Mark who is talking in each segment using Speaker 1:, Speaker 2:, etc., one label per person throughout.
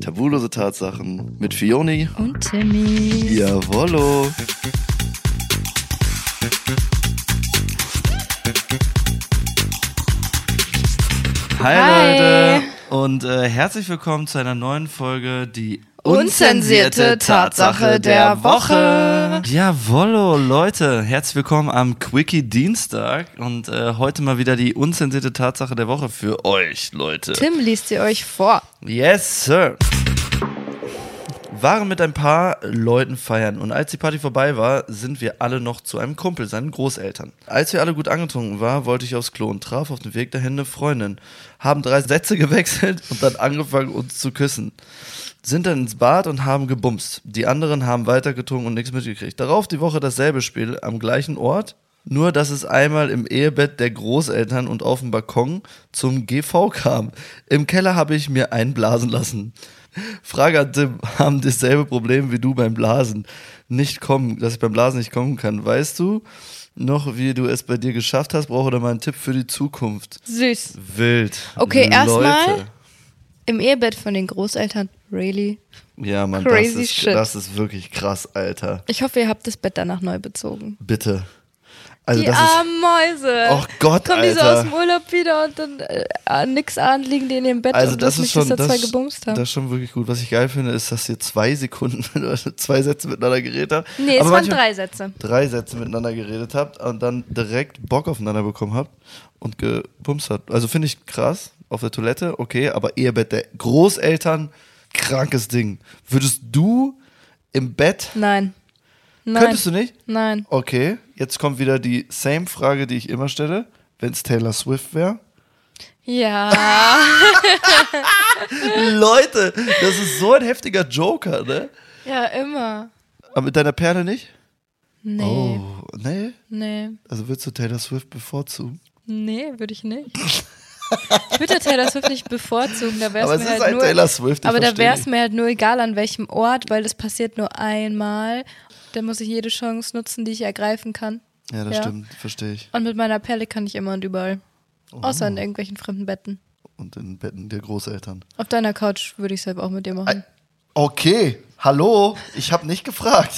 Speaker 1: Tabulose Tatsachen mit Fioni.
Speaker 2: Und Timmy.
Speaker 1: Jawollo. Hi,
Speaker 2: Hi.
Speaker 1: Leute und äh, herzlich willkommen zu einer neuen Folge, die
Speaker 2: Unzensierte Tatsache der Woche.
Speaker 1: Jawollo, Leute, herzlich willkommen am Quickie Dienstag und äh, heute mal wieder die unzensierte Tatsache der Woche für euch, Leute.
Speaker 2: Tim liest sie euch vor.
Speaker 1: Yes, Sir. Waren mit ein paar Leuten feiern und als die Party vorbei war, sind wir alle noch zu einem Kumpel, seinen Großeltern. Als wir alle gut angetrunken waren, wollte ich aufs Klo und traf auf dem Weg dahin eine Freundin. Haben drei Sätze gewechselt und dann angefangen, uns zu küssen. Sind dann ins Bad und haben gebumst. Die anderen haben weitergetrunken und nichts mitgekriegt. Darauf die Woche dasselbe Spiel am gleichen Ort, nur dass es einmal im Ehebett der Großeltern und auf dem Balkon zum GV kam. Im Keller habe ich mir einen blasen lassen. Frage an Tim, haben dasselbe Problem wie du beim Blasen. Nicht kommen, dass ich beim Blasen nicht kommen kann. Weißt du noch, wie du es bei dir geschafft hast? Brauche da mal einen Tipp für die Zukunft.
Speaker 2: Süß.
Speaker 1: Wild.
Speaker 2: Okay, erstmal-
Speaker 1: Leute.
Speaker 2: Im Ehebett von den Großeltern. Really?
Speaker 1: Ja, Mann, das
Speaker 2: Crazy
Speaker 1: ist,
Speaker 2: shit.
Speaker 1: das ist wirklich krass, Alter.
Speaker 2: Ich hoffe, ihr habt das Bett danach neu bezogen.
Speaker 1: Bitte. Also
Speaker 2: die
Speaker 1: das
Speaker 2: armen Mäuse.
Speaker 1: Oh Gott,
Speaker 2: Kommen die so
Speaker 1: Alter.
Speaker 2: aus dem Urlaub wieder und dann äh, nix ahnt, liegen die in ihrem Bett
Speaker 1: ist also
Speaker 2: und
Speaker 1: das
Speaker 2: wissen
Speaker 1: ist
Speaker 2: nicht,
Speaker 1: schon
Speaker 2: dass da
Speaker 1: das,
Speaker 2: zwei gebumst haben.
Speaker 1: das ist schon wirklich gut. Was ich geil finde, ist, dass ihr zwei Sekunden zwei Sätze miteinander geredet habt.
Speaker 2: nee, es
Speaker 1: Aber
Speaker 2: waren
Speaker 1: manchmal-
Speaker 2: drei Sätze.
Speaker 1: drei Sätze miteinander geredet habt und dann direkt Bock aufeinander bekommen habt und gebumst habt. Also finde ich krass. Auf der Toilette, okay, aber Ehebett der Großeltern, krankes Ding. Würdest du im Bett,
Speaker 2: Nein. Nein.
Speaker 1: könntest du nicht?
Speaker 2: Nein.
Speaker 1: Okay, jetzt kommt wieder die same Frage, die ich immer stelle. Wenn es Taylor Swift wäre.
Speaker 2: Ja.
Speaker 1: Leute, das ist so ein heftiger Joker, ne?
Speaker 2: ja, immer.
Speaker 1: Aber mit deiner Perle nicht?
Speaker 2: Nee.
Speaker 1: Oh, nee.
Speaker 2: Nee.
Speaker 1: Also würdest du Taylor Swift bevorzugen?
Speaker 2: Nee, würde ich nicht. Ich würde ja Taylor Swift nicht bevorzugen, da wäre
Speaker 1: aber
Speaker 2: es
Speaker 1: es
Speaker 2: mir
Speaker 1: ist
Speaker 2: halt
Speaker 1: ein
Speaker 2: nur
Speaker 1: Taylor Swift. ich
Speaker 2: Aber da
Speaker 1: versteh
Speaker 2: wäre
Speaker 1: dich.
Speaker 2: es mir halt nur egal, an welchem Ort, weil das passiert nur einmal. Da muss ich jede Chance nutzen, die ich ergreifen kann.
Speaker 1: Ja, das
Speaker 2: Ja.
Speaker 1: stimmt, verstehe ich.
Speaker 2: Und mit meiner Perle kann ich immer und überall. Außer
Speaker 1: Oh.
Speaker 2: in irgendwelchen fremden Betten.
Speaker 1: Und in Betten der Großeltern.
Speaker 2: Auf deiner Couch würde ich es halt auch mit dir
Speaker 1: Äh,
Speaker 2: machen.
Speaker 1: Okay, hallo, ich habe nicht gefragt.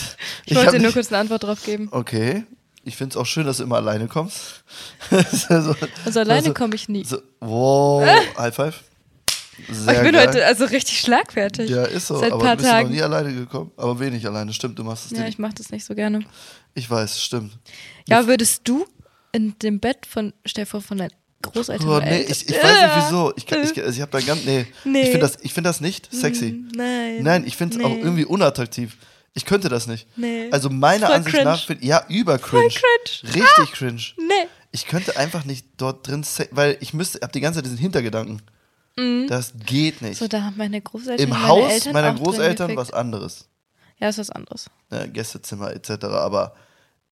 Speaker 2: Ich, wollte
Speaker 1: hab
Speaker 2: dir nur
Speaker 1: nicht-
Speaker 2: kurz eine Antwort drauf geben.
Speaker 1: Okay, ich find's auch schön, dass du immer alleine kommst. also,
Speaker 2: Also alleine komme ich nie.
Speaker 1: So, wow, High Five. Sehr
Speaker 2: Äh? Oh, ich bin
Speaker 1: geil.
Speaker 2: heute also richtig schlagfertig.
Speaker 1: Ja, ist so,
Speaker 2: Seit
Speaker 1: aber
Speaker 2: paar
Speaker 1: du bist noch
Speaker 2: Tagen.
Speaker 1: nie alleine gekommen. Aber wenig alleine, stimmt, du machst es
Speaker 2: ja,
Speaker 1: nicht.
Speaker 2: ich mache das nicht so gerne.
Speaker 1: Ich weiß, stimmt.
Speaker 2: Ja, würdest du in dem Bett von, stell dir vor, von deinen Großeltern
Speaker 1: Oh,
Speaker 2: oder
Speaker 1: nee,
Speaker 2: Eltern-
Speaker 1: ich, ich weiß nicht
Speaker 2: Ah.
Speaker 1: wieso. Ich, kann- ich, also ich, ich habe da ganz. Nee,
Speaker 2: Nee.
Speaker 1: ich finde das, ich find das nicht sexy.
Speaker 2: Nein.
Speaker 1: Nein, ich finde es auch
Speaker 2: Nee.
Speaker 1: irgendwie unattraktiv. Ich könnte das nicht.
Speaker 2: Nee.
Speaker 1: Also meiner
Speaker 2: Voll
Speaker 1: Ansicht nach, find, ja, über cringe.
Speaker 2: Voll cringe. Ah!
Speaker 1: Richtig cringe.
Speaker 2: Nee.
Speaker 1: Ich könnte einfach nicht dort drin, se- weil ich müsste, hab die ganze Zeit diesen Hintergedanken. Das geht nicht.
Speaker 2: Mm. So, da haben meine Großeltern
Speaker 1: Im
Speaker 2: meine
Speaker 1: Haus
Speaker 2: Eltern
Speaker 1: meiner
Speaker 2: auch drin
Speaker 1: Großeltern
Speaker 2: gefickt.
Speaker 1: was anderes.
Speaker 2: Ja, ist was anderes.
Speaker 1: Ja, ne, Gästezimmer etc. Aber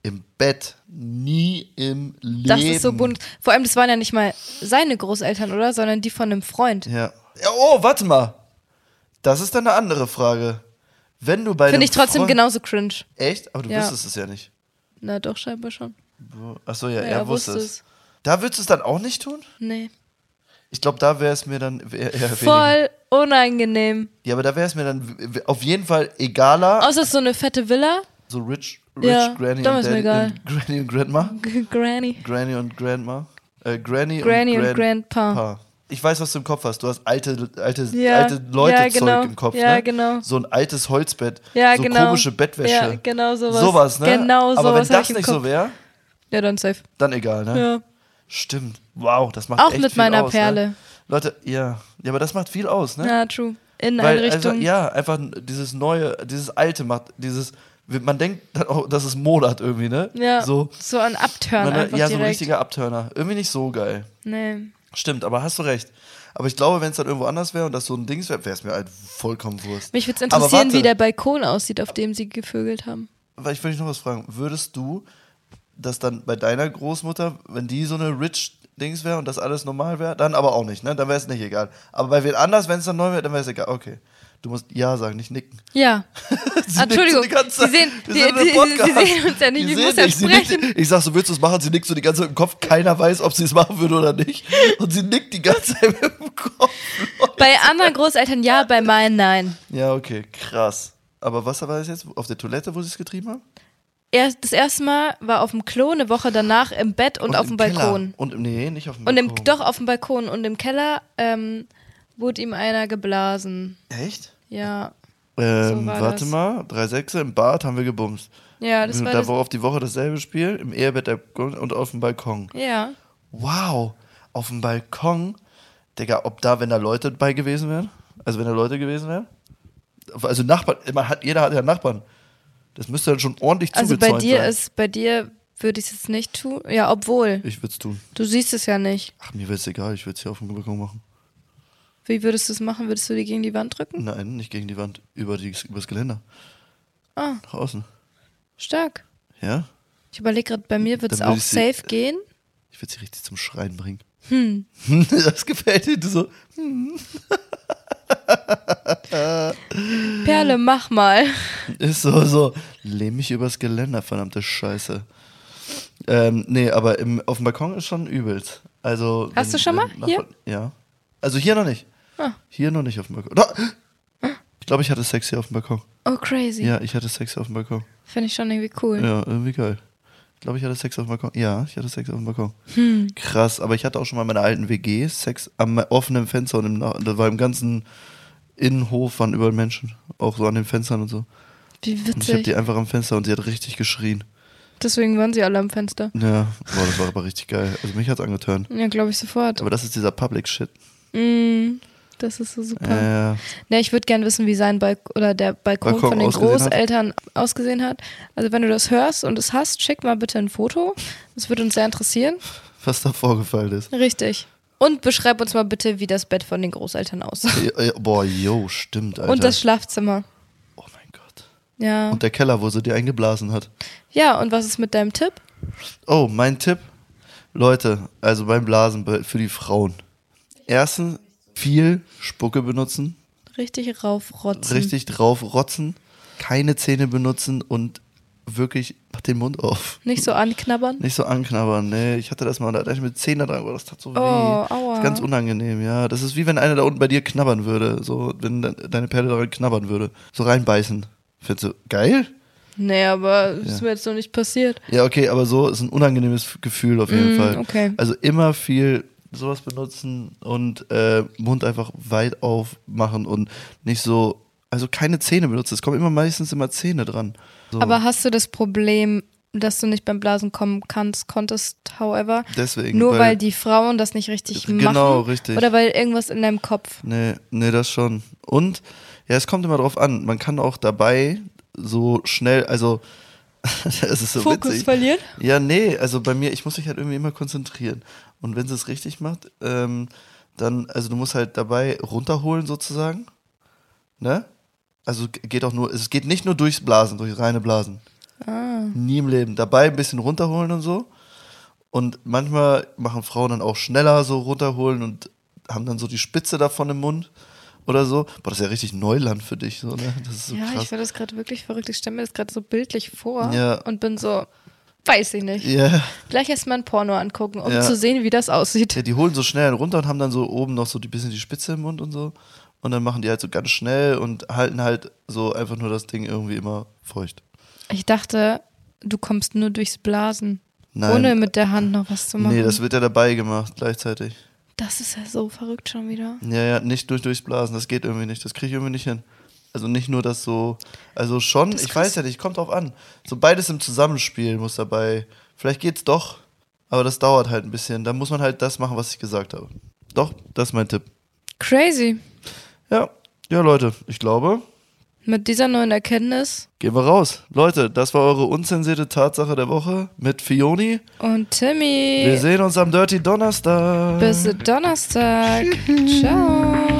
Speaker 1: im Bett nie im Leben.
Speaker 2: Das ist so bunt. Vor allem, das waren ja nicht mal seine Großeltern, oder? Sondern die von einem Freund.
Speaker 1: Ja. ja. Oh, warte mal. Das ist dann eine andere Frage. Wenn du bei
Speaker 2: Finde
Speaker 1: einem
Speaker 2: ich trotzdem
Speaker 1: Freund-
Speaker 2: genauso cringe.
Speaker 1: Echt? Aber du
Speaker 2: Ja.
Speaker 1: wüsstest es ja nicht.
Speaker 2: Na doch, scheinbar schon.
Speaker 1: Achso, ja,
Speaker 2: Ja,
Speaker 1: er
Speaker 2: er
Speaker 1: wusste
Speaker 2: wusste
Speaker 1: es. Da würdest du es dann auch nicht tun?
Speaker 2: Nee. Ich
Speaker 1: Ich glaube, da wäre es mir dann eher, eher weniger.
Speaker 2: Voll unangenehm.
Speaker 1: Ja, aber da wäre es mir dann w- w- auf jeden Fall egaler.
Speaker 2: Außer es ist so eine fette Villa.
Speaker 1: So Rich, Rich
Speaker 2: Oh. Ja,
Speaker 1: Granny,
Speaker 2: dann
Speaker 1: und
Speaker 2: ist mir
Speaker 1: Daddy, und Granny und Grandma.
Speaker 2: G- Granny.
Speaker 1: Granny und Grandma. Äh, Granny,
Speaker 2: Granny
Speaker 1: und,
Speaker 2: und Grandpa.
Speaker 1: Ich weiß, was du im Kopf hast. Du hast alte, alte,
Speaker 2: Ja,
Speaker 1: alte Leute
Speaker 2: ja,
Speaker 1: Zeug
Speaker 2: genau,
Speaker 1: im Kopf.
Speaker 2: ja,
Speaker 1: ne?
Speaker 2: genau.
Speaker 1: So ein altes Holzbett.
Speaker 2: Ja,
Speaker 1: so
Speaker 2: genau.
Speaker 1: komische Bettwäsche.
Speaker 2: Ja, genau sowas.
Speaker 1: Sowas, ne?
Speaker 2: Genau sowas
Speaker 1: Aber wenn
Speaker 2: hab
Speaker 1: das
Speaker 2: ich im
Speaker 1: nicht
Speaker 2: Kopf.
Speaker 1: so wäre,
Speaker 2: Ja, dann safe.
Speaker 1: dann egal, ne?
Speaker 2: Ja.
Speaker 1: Stimmt. Wow, das macht
Speaker 2: Auch
Speaker 1: echt
Speaker 2: mit
Speaker 1: viel
Speaker 2: meiner
Speaker 1: aus,
Speaker 2: Perle.
Speaker 1: Ne? Leute, ja. Ja, aber das macht viel aus, ne?
Speaker 2: Na, true. In
Speaker 1: Weil,
Speaker 2: eine
Speaker 1: also,
Speaker 2: Richtung.
Speaker 1: ja, einfach dieses neue, dieses alte macht, dieses, man denkt dann auch, dass es Mode hat irgendwie, ne?
Speaker 2: Ja,
Speaker 1: So,
Speaker 2: so ein Abturn
Speaker 1: man, ne?
Speaker 2: einfach
Speaker 1: ja, so ein
Speaker 2: direkt.
Speaker 1: richtiger Abturner. Irgendwie nicht so geil.
Speaker 2: nee.
Speaker 1: Stimmt, aber hast du recht. Aber ich glaube, wenn es dann irgendwo anders wäre und das so ein Dings wäre, wäre es mir halt vollkommen Wurst.
Speaker 2: Mich würde es
Speaker 1: Aber
Speaker 2: interessieren,
Speaker 1: warte.
Speaker 2: wie der Balkon aussieht, auf dem sie gevögelt haben.
Speaker 1: Weil ich will dich noch was fragen. Würdest du das dann bei deiner Großmutter, wenn die so eine rich Dings wäre und das alles normal wäre, dann aber auch nicht, ne? Dann wäre es nicht egal. Aber bei wem anders, wenn es dann neu wäre, dann wäre es egal. Okay. Du musst Ja sagen, nicht nicken.
Speaker 2: Ja.
Speaker 1: Sie nickt
Speaker 2: Entschuldigung,
Speaker 1: so die ganze
Speaker 2: Sie sehen-
Speaker 1: Zeit. Wir
Speaker 2: die-
Speaker 1: sind in einem
Speaker 2: die-
Speaker 1: Podcast.
Speaker 2: Sie sehen uns ja nicht,
Speaker 1: Die
Speaker 2: ich
Speaker 1: sehen
Speaker 2: muss ja
Speaker 1: dich. Sie
Speaker 2: sprechen.
Speaker 1: Nickt, ich sag so, willst du es machen? Sie nickt so die ganze Zeit im Kopf. Keiner weiß, ob sie es machen würde oder nicht. Und sie nickt die ganze Zeit mit dem Kopf.
Speaker 2: Bei anderen Großeltern ja, bei meinen nein.
Speaker 1: Ja, okay, krass. Aber was war das jetzt? Auf der Toilette, wo sie es getrieben haben?
Speaker 2: Erst, das erste Mal war auf dem Klo, eine Woche danach im Bett und, auf
Speaker 1: im
Speaker 2: dem
Speaker 1: Keller.
Speaker 2: Balkon.
Speaker 1: Und im, nee, nicht auf dem
Speaker 2: Und
Speaker 1: Balkon.
Speaker 2: im, doch auf dem Balkon und im Keller ähm, wurde ihm einer geblasen.
Speaker 1: Echt?
Speaker 2: Ja.
Speaker 1: Ähm,
Speaker 2: war
Speaker 1: warte
Speaker 2: das.
Speaker 1: mal, drei Sechse im Bad haben wir gebumst.
Speaker 2: Ja, das
Speaker 1: Da
Speaker 2: war das.
Speaker 1: war auf die Woche dasselbe Spiel, im Ehebett der- und auf dem Balkon.
Speaker 2: Ja.
Speaker 1: Wow, auf dem Balkon. Digga, ob da, wenn da Leute bei gewesen wären? Also wenn da Leute gewesen wären? Also Nachbarn, man hat, jeder hat ja Nachbarn. Das müsste dann schon ordentlich
Speaker 2: Also bei
Speaker 1: zugezäunt
Speaker 2: dir
Speaker 1: sein.
Speaker 2: ist, bei dir würde ich es jetzt nicht tun. Ja, obwohl.
Speaker 1: Ich würde es tun.
Speaker 2: Du siehst es ja nicht.
Speaker 1: Ach, mir wäre es egal, ich würde es hier auf dem Balkon machen.
Speaker 2: Wie würdest du es machen? Würdest du die gegen die Wand drücken?
Speaker 1: Nein, nicht gegen die Wand, über die, übers Geländer.
Speaker 2: Ah.
Speaker 1: Nach außen.
Speaker 2: Stark.
Speaker 1: Ja?
Speaker 2: Ich überlege gerade, bei mir wird es
Speaker 1: Dann würd
Speaker 2: auch
Speaker 1: ich sie-
Speaker 2: safe gehen.
Speaker 1: Ich würde sie richtig zum Schreien bringen. Hm. Das gefällt dir. Du so,
Speaker 2: Perle, mach mal.
Speaker 1: Ist so, so. Lehm mich übers Geländer, verdammte Scheiße. Ähm, nee, aber im, auf dem Balkon ist schon übelst. Also.
Speaker 2: Hast du schon mal?
Speaker 1: nach-
Speaker 2: Hier?
Speaker 1: Ja. Also hier noch nicht.
Speaker 2: Ah.
Speaker 1: Hier noch nicht auf dem Balkon. Da! Ich glaube, ich hatte Sex hier auf dem Balkon.
Speaker 2: Oh, crazy.
Speaker 1: Ja, ich hatte Sex hier auf dem Balkon.
Speaker 2: Finde ich schon irgendwie cool.
Speaker 1: Ja, irgendwie geil. Ich glaube, ich hatte Sex auf dem Balkon. Ja, ich hatte Sex auf dem Balkon.
Speaker 2: Hm.
Speaker 1: Krass, aber ich hatte auch schon mal in meiner alten WG Sex am offenen Fenster und im, Nach- da war im ganzen Innenhof waren überall Menschen. Auch so an den Fenstern und so.
Speaker 2: Wie
Speaker 1: Und ich habe
Speaker 2: witzig.
Speaker 1: die einfach am Fenster und sie hat richtig geschrien.
Speaker 2: Deswegen waren sie alle am Fenster.
Speaker 1: Ja, boah, das war aber richtig geil. Also mich hat's angeturnt.
Speaker 2: Ja, glaube ich sofort.
Speaker 1: Aber das ist dieser Public Shit.
Speaker 2: Mm, das ist so super.
Speaker 1: Äh,
Speaker 2: Ne, ich würde gerne wissen, wie sein Balk oder der Balkon,
Speaker 1: Balkon
Speaker 2: von den
Speaker 1: ausgesehen hat.
Speaker 2: Großeltern ausgesehen hat. Also wenn du das hörst und es hast, schick mal bitte ein Foto. Das würde uns sehr interessieren.
Speaker 1: was da vorgefallen ist.
Speaker 2: Richtig. Und beschreib uns mal bitte, wie das Bett von den Großeltern aussah.
Speaker 1: Ja, ja, Boah, yo, stimmt, Alter.
Speaker 2: Und das Schlafzimmer.
Speaker 1: oh mein Gott.
Speaker 2: Ja.
Speaker 1: Und der Keller, wo sie dir eingeblasen hat.
Speaker 2: ja, und was ist mit deinem Tipp?
Speaker 1: Oh, mein Tipp. Leute, also beim Blasen be- für die Frauen. Erstens, viel Spucke benutzen,
Speaker 2: Richtig raufrotzen.
Speaker 1: richtig drauf rotzen, keine Zähne benutzen und wirklich mach den Mund auf.
Speaker 2: Nicht so anknabbern.
Speaker 1: Nicht so anknabbern, nee. Ich hatte das mal, da hatte ich mit Zehen da dran, aber das tat so weh.
Speaker 2: aua.
Speaker 1: Ist ganz unangenehm, ja. Das ist wie wenn einer da unten bei dir knabbern würde. So, wenn de deine Perle daran knabbern würde. So reinbeißen. Findest du geil?
Speaker 2: Nee, aber ist mir jetzt noch nicht passiert.
Speaker 1: Ja, okay, aber so ist ein unangenehmes Gefühl auf jeden
Speaker 2: Mm,
Speaker 1: Fall.
Speaker 2: okay.
Speaker 1: Also immer viel sowas benutzen und äh, Mund einfach weit aufmachen und nicht so, also keine Zähne benutzen. Es kommen immer meistens immer Zähne dran. So,
Speaker 2: Aber hast du das Problem, dass du nicht beim Blasen kommen kannst, konntest, however?
Speaker 1: deswegen.
Speaker 2: nur weil, die Frauen das nicht richtig
Speaker 1: Genau,
Speaker 2: machen?
Speaker 1: richtig.
Speaker 2: Oder weil irgendwas in deinem Kopf?
Speaker 1: Nee, nee, das schon. Und ja, es kommt immer drauf an. Man kann auch dabei so schnell, also es ist so
Speaker 2: Fokus
Speaker 1: witzig.
Speaker 2: verlieren?
Speaker 1: Ja, nee, also bei mir, ich muss mich halt irgendwie immer konzentrieren. Und wenn sie es richtig macht, ähm, dann, also du musst halt dabei runterholen sozusagen. Ne? Also g- geht auch nur, es geht nicht nur durchs Blasen, durch reine Blasen.
Speaker 2: Ah, Mhm.
Speaker 1: Nie im Leben. Dabei ein bisschen runterholen und so. Und manchmal machen Frauen dann auch schneller so runterholen und haben dann so die Spitze davon im Mund oder so. Boah, das ist ja richtig Neuland für dich, so, ne? Das ist so
Speaker 2: ja, ich
Speaker 1: krass.
Speaker 2: finde das gerade wirklich verrückt. Ich stelle mir das gerade so bildlich vor
Speaker 1: Ja.
Speaker 2: und bin so, weiß ich nicht.
Speaker 1: Ja.
Speaker 2: Gleich erst mal ein Porno angucken, um
Speaker 1: Ja.
Speaker 2: zu sehen, wie das aussieht.
Speaker 1: Ja, die holen so schnell runter und haben dann so oben noch so die bisschen die Spitze im Mund und so. Und dann machen die halt so ganz schnell und halten halt so einfach nur das Ding irgendwie immer feucht.
Speaker 2: Ich dachte, du kommst nur durchs Blasen.
Speaker 1: Nein.
Speaker 2: Ohne mit der Hand noch was zu machen.
Speaker 1: Nee, das wird ja dabei gemacht, gleichzeitig.
Speaker 2: Das ist ja so verrückt schon wieder.
Speaker 1: Ja, ja, nicht durch, durchs Blasen, das geht irgendwie nicht, das kriege ich irgendwie nicht hin. Also nicht nur das so, also schon,
Speaker 2: Das ist
Speaker 1: ich weiß ja nicht, kommt drauf an. So beides im Zusammenspiel muss dabei, vielleicht geht's doch, aber das dauert halt ein bisschen. Da muss man halt das machen, was ich gesagt habe. Doch, das ist mein Tipp.
Speaker 2: Crazy.
Speaker 1: Ja, ja Leute, ich glaube,
Speaker 2: Mit dieser neuen Erkenntnis
Speaker 1: Gehen wir raus. Leute, das war eure unzensierte Tatsache der Woche mit Fioni.
Speaker 2: und
Speaker 1: Wir
Speaker 2: Timmy.
Speaker 1: sehen uns am Dirty Donnerstag.
Speaker 2: Bis Donnerstag. Ciao.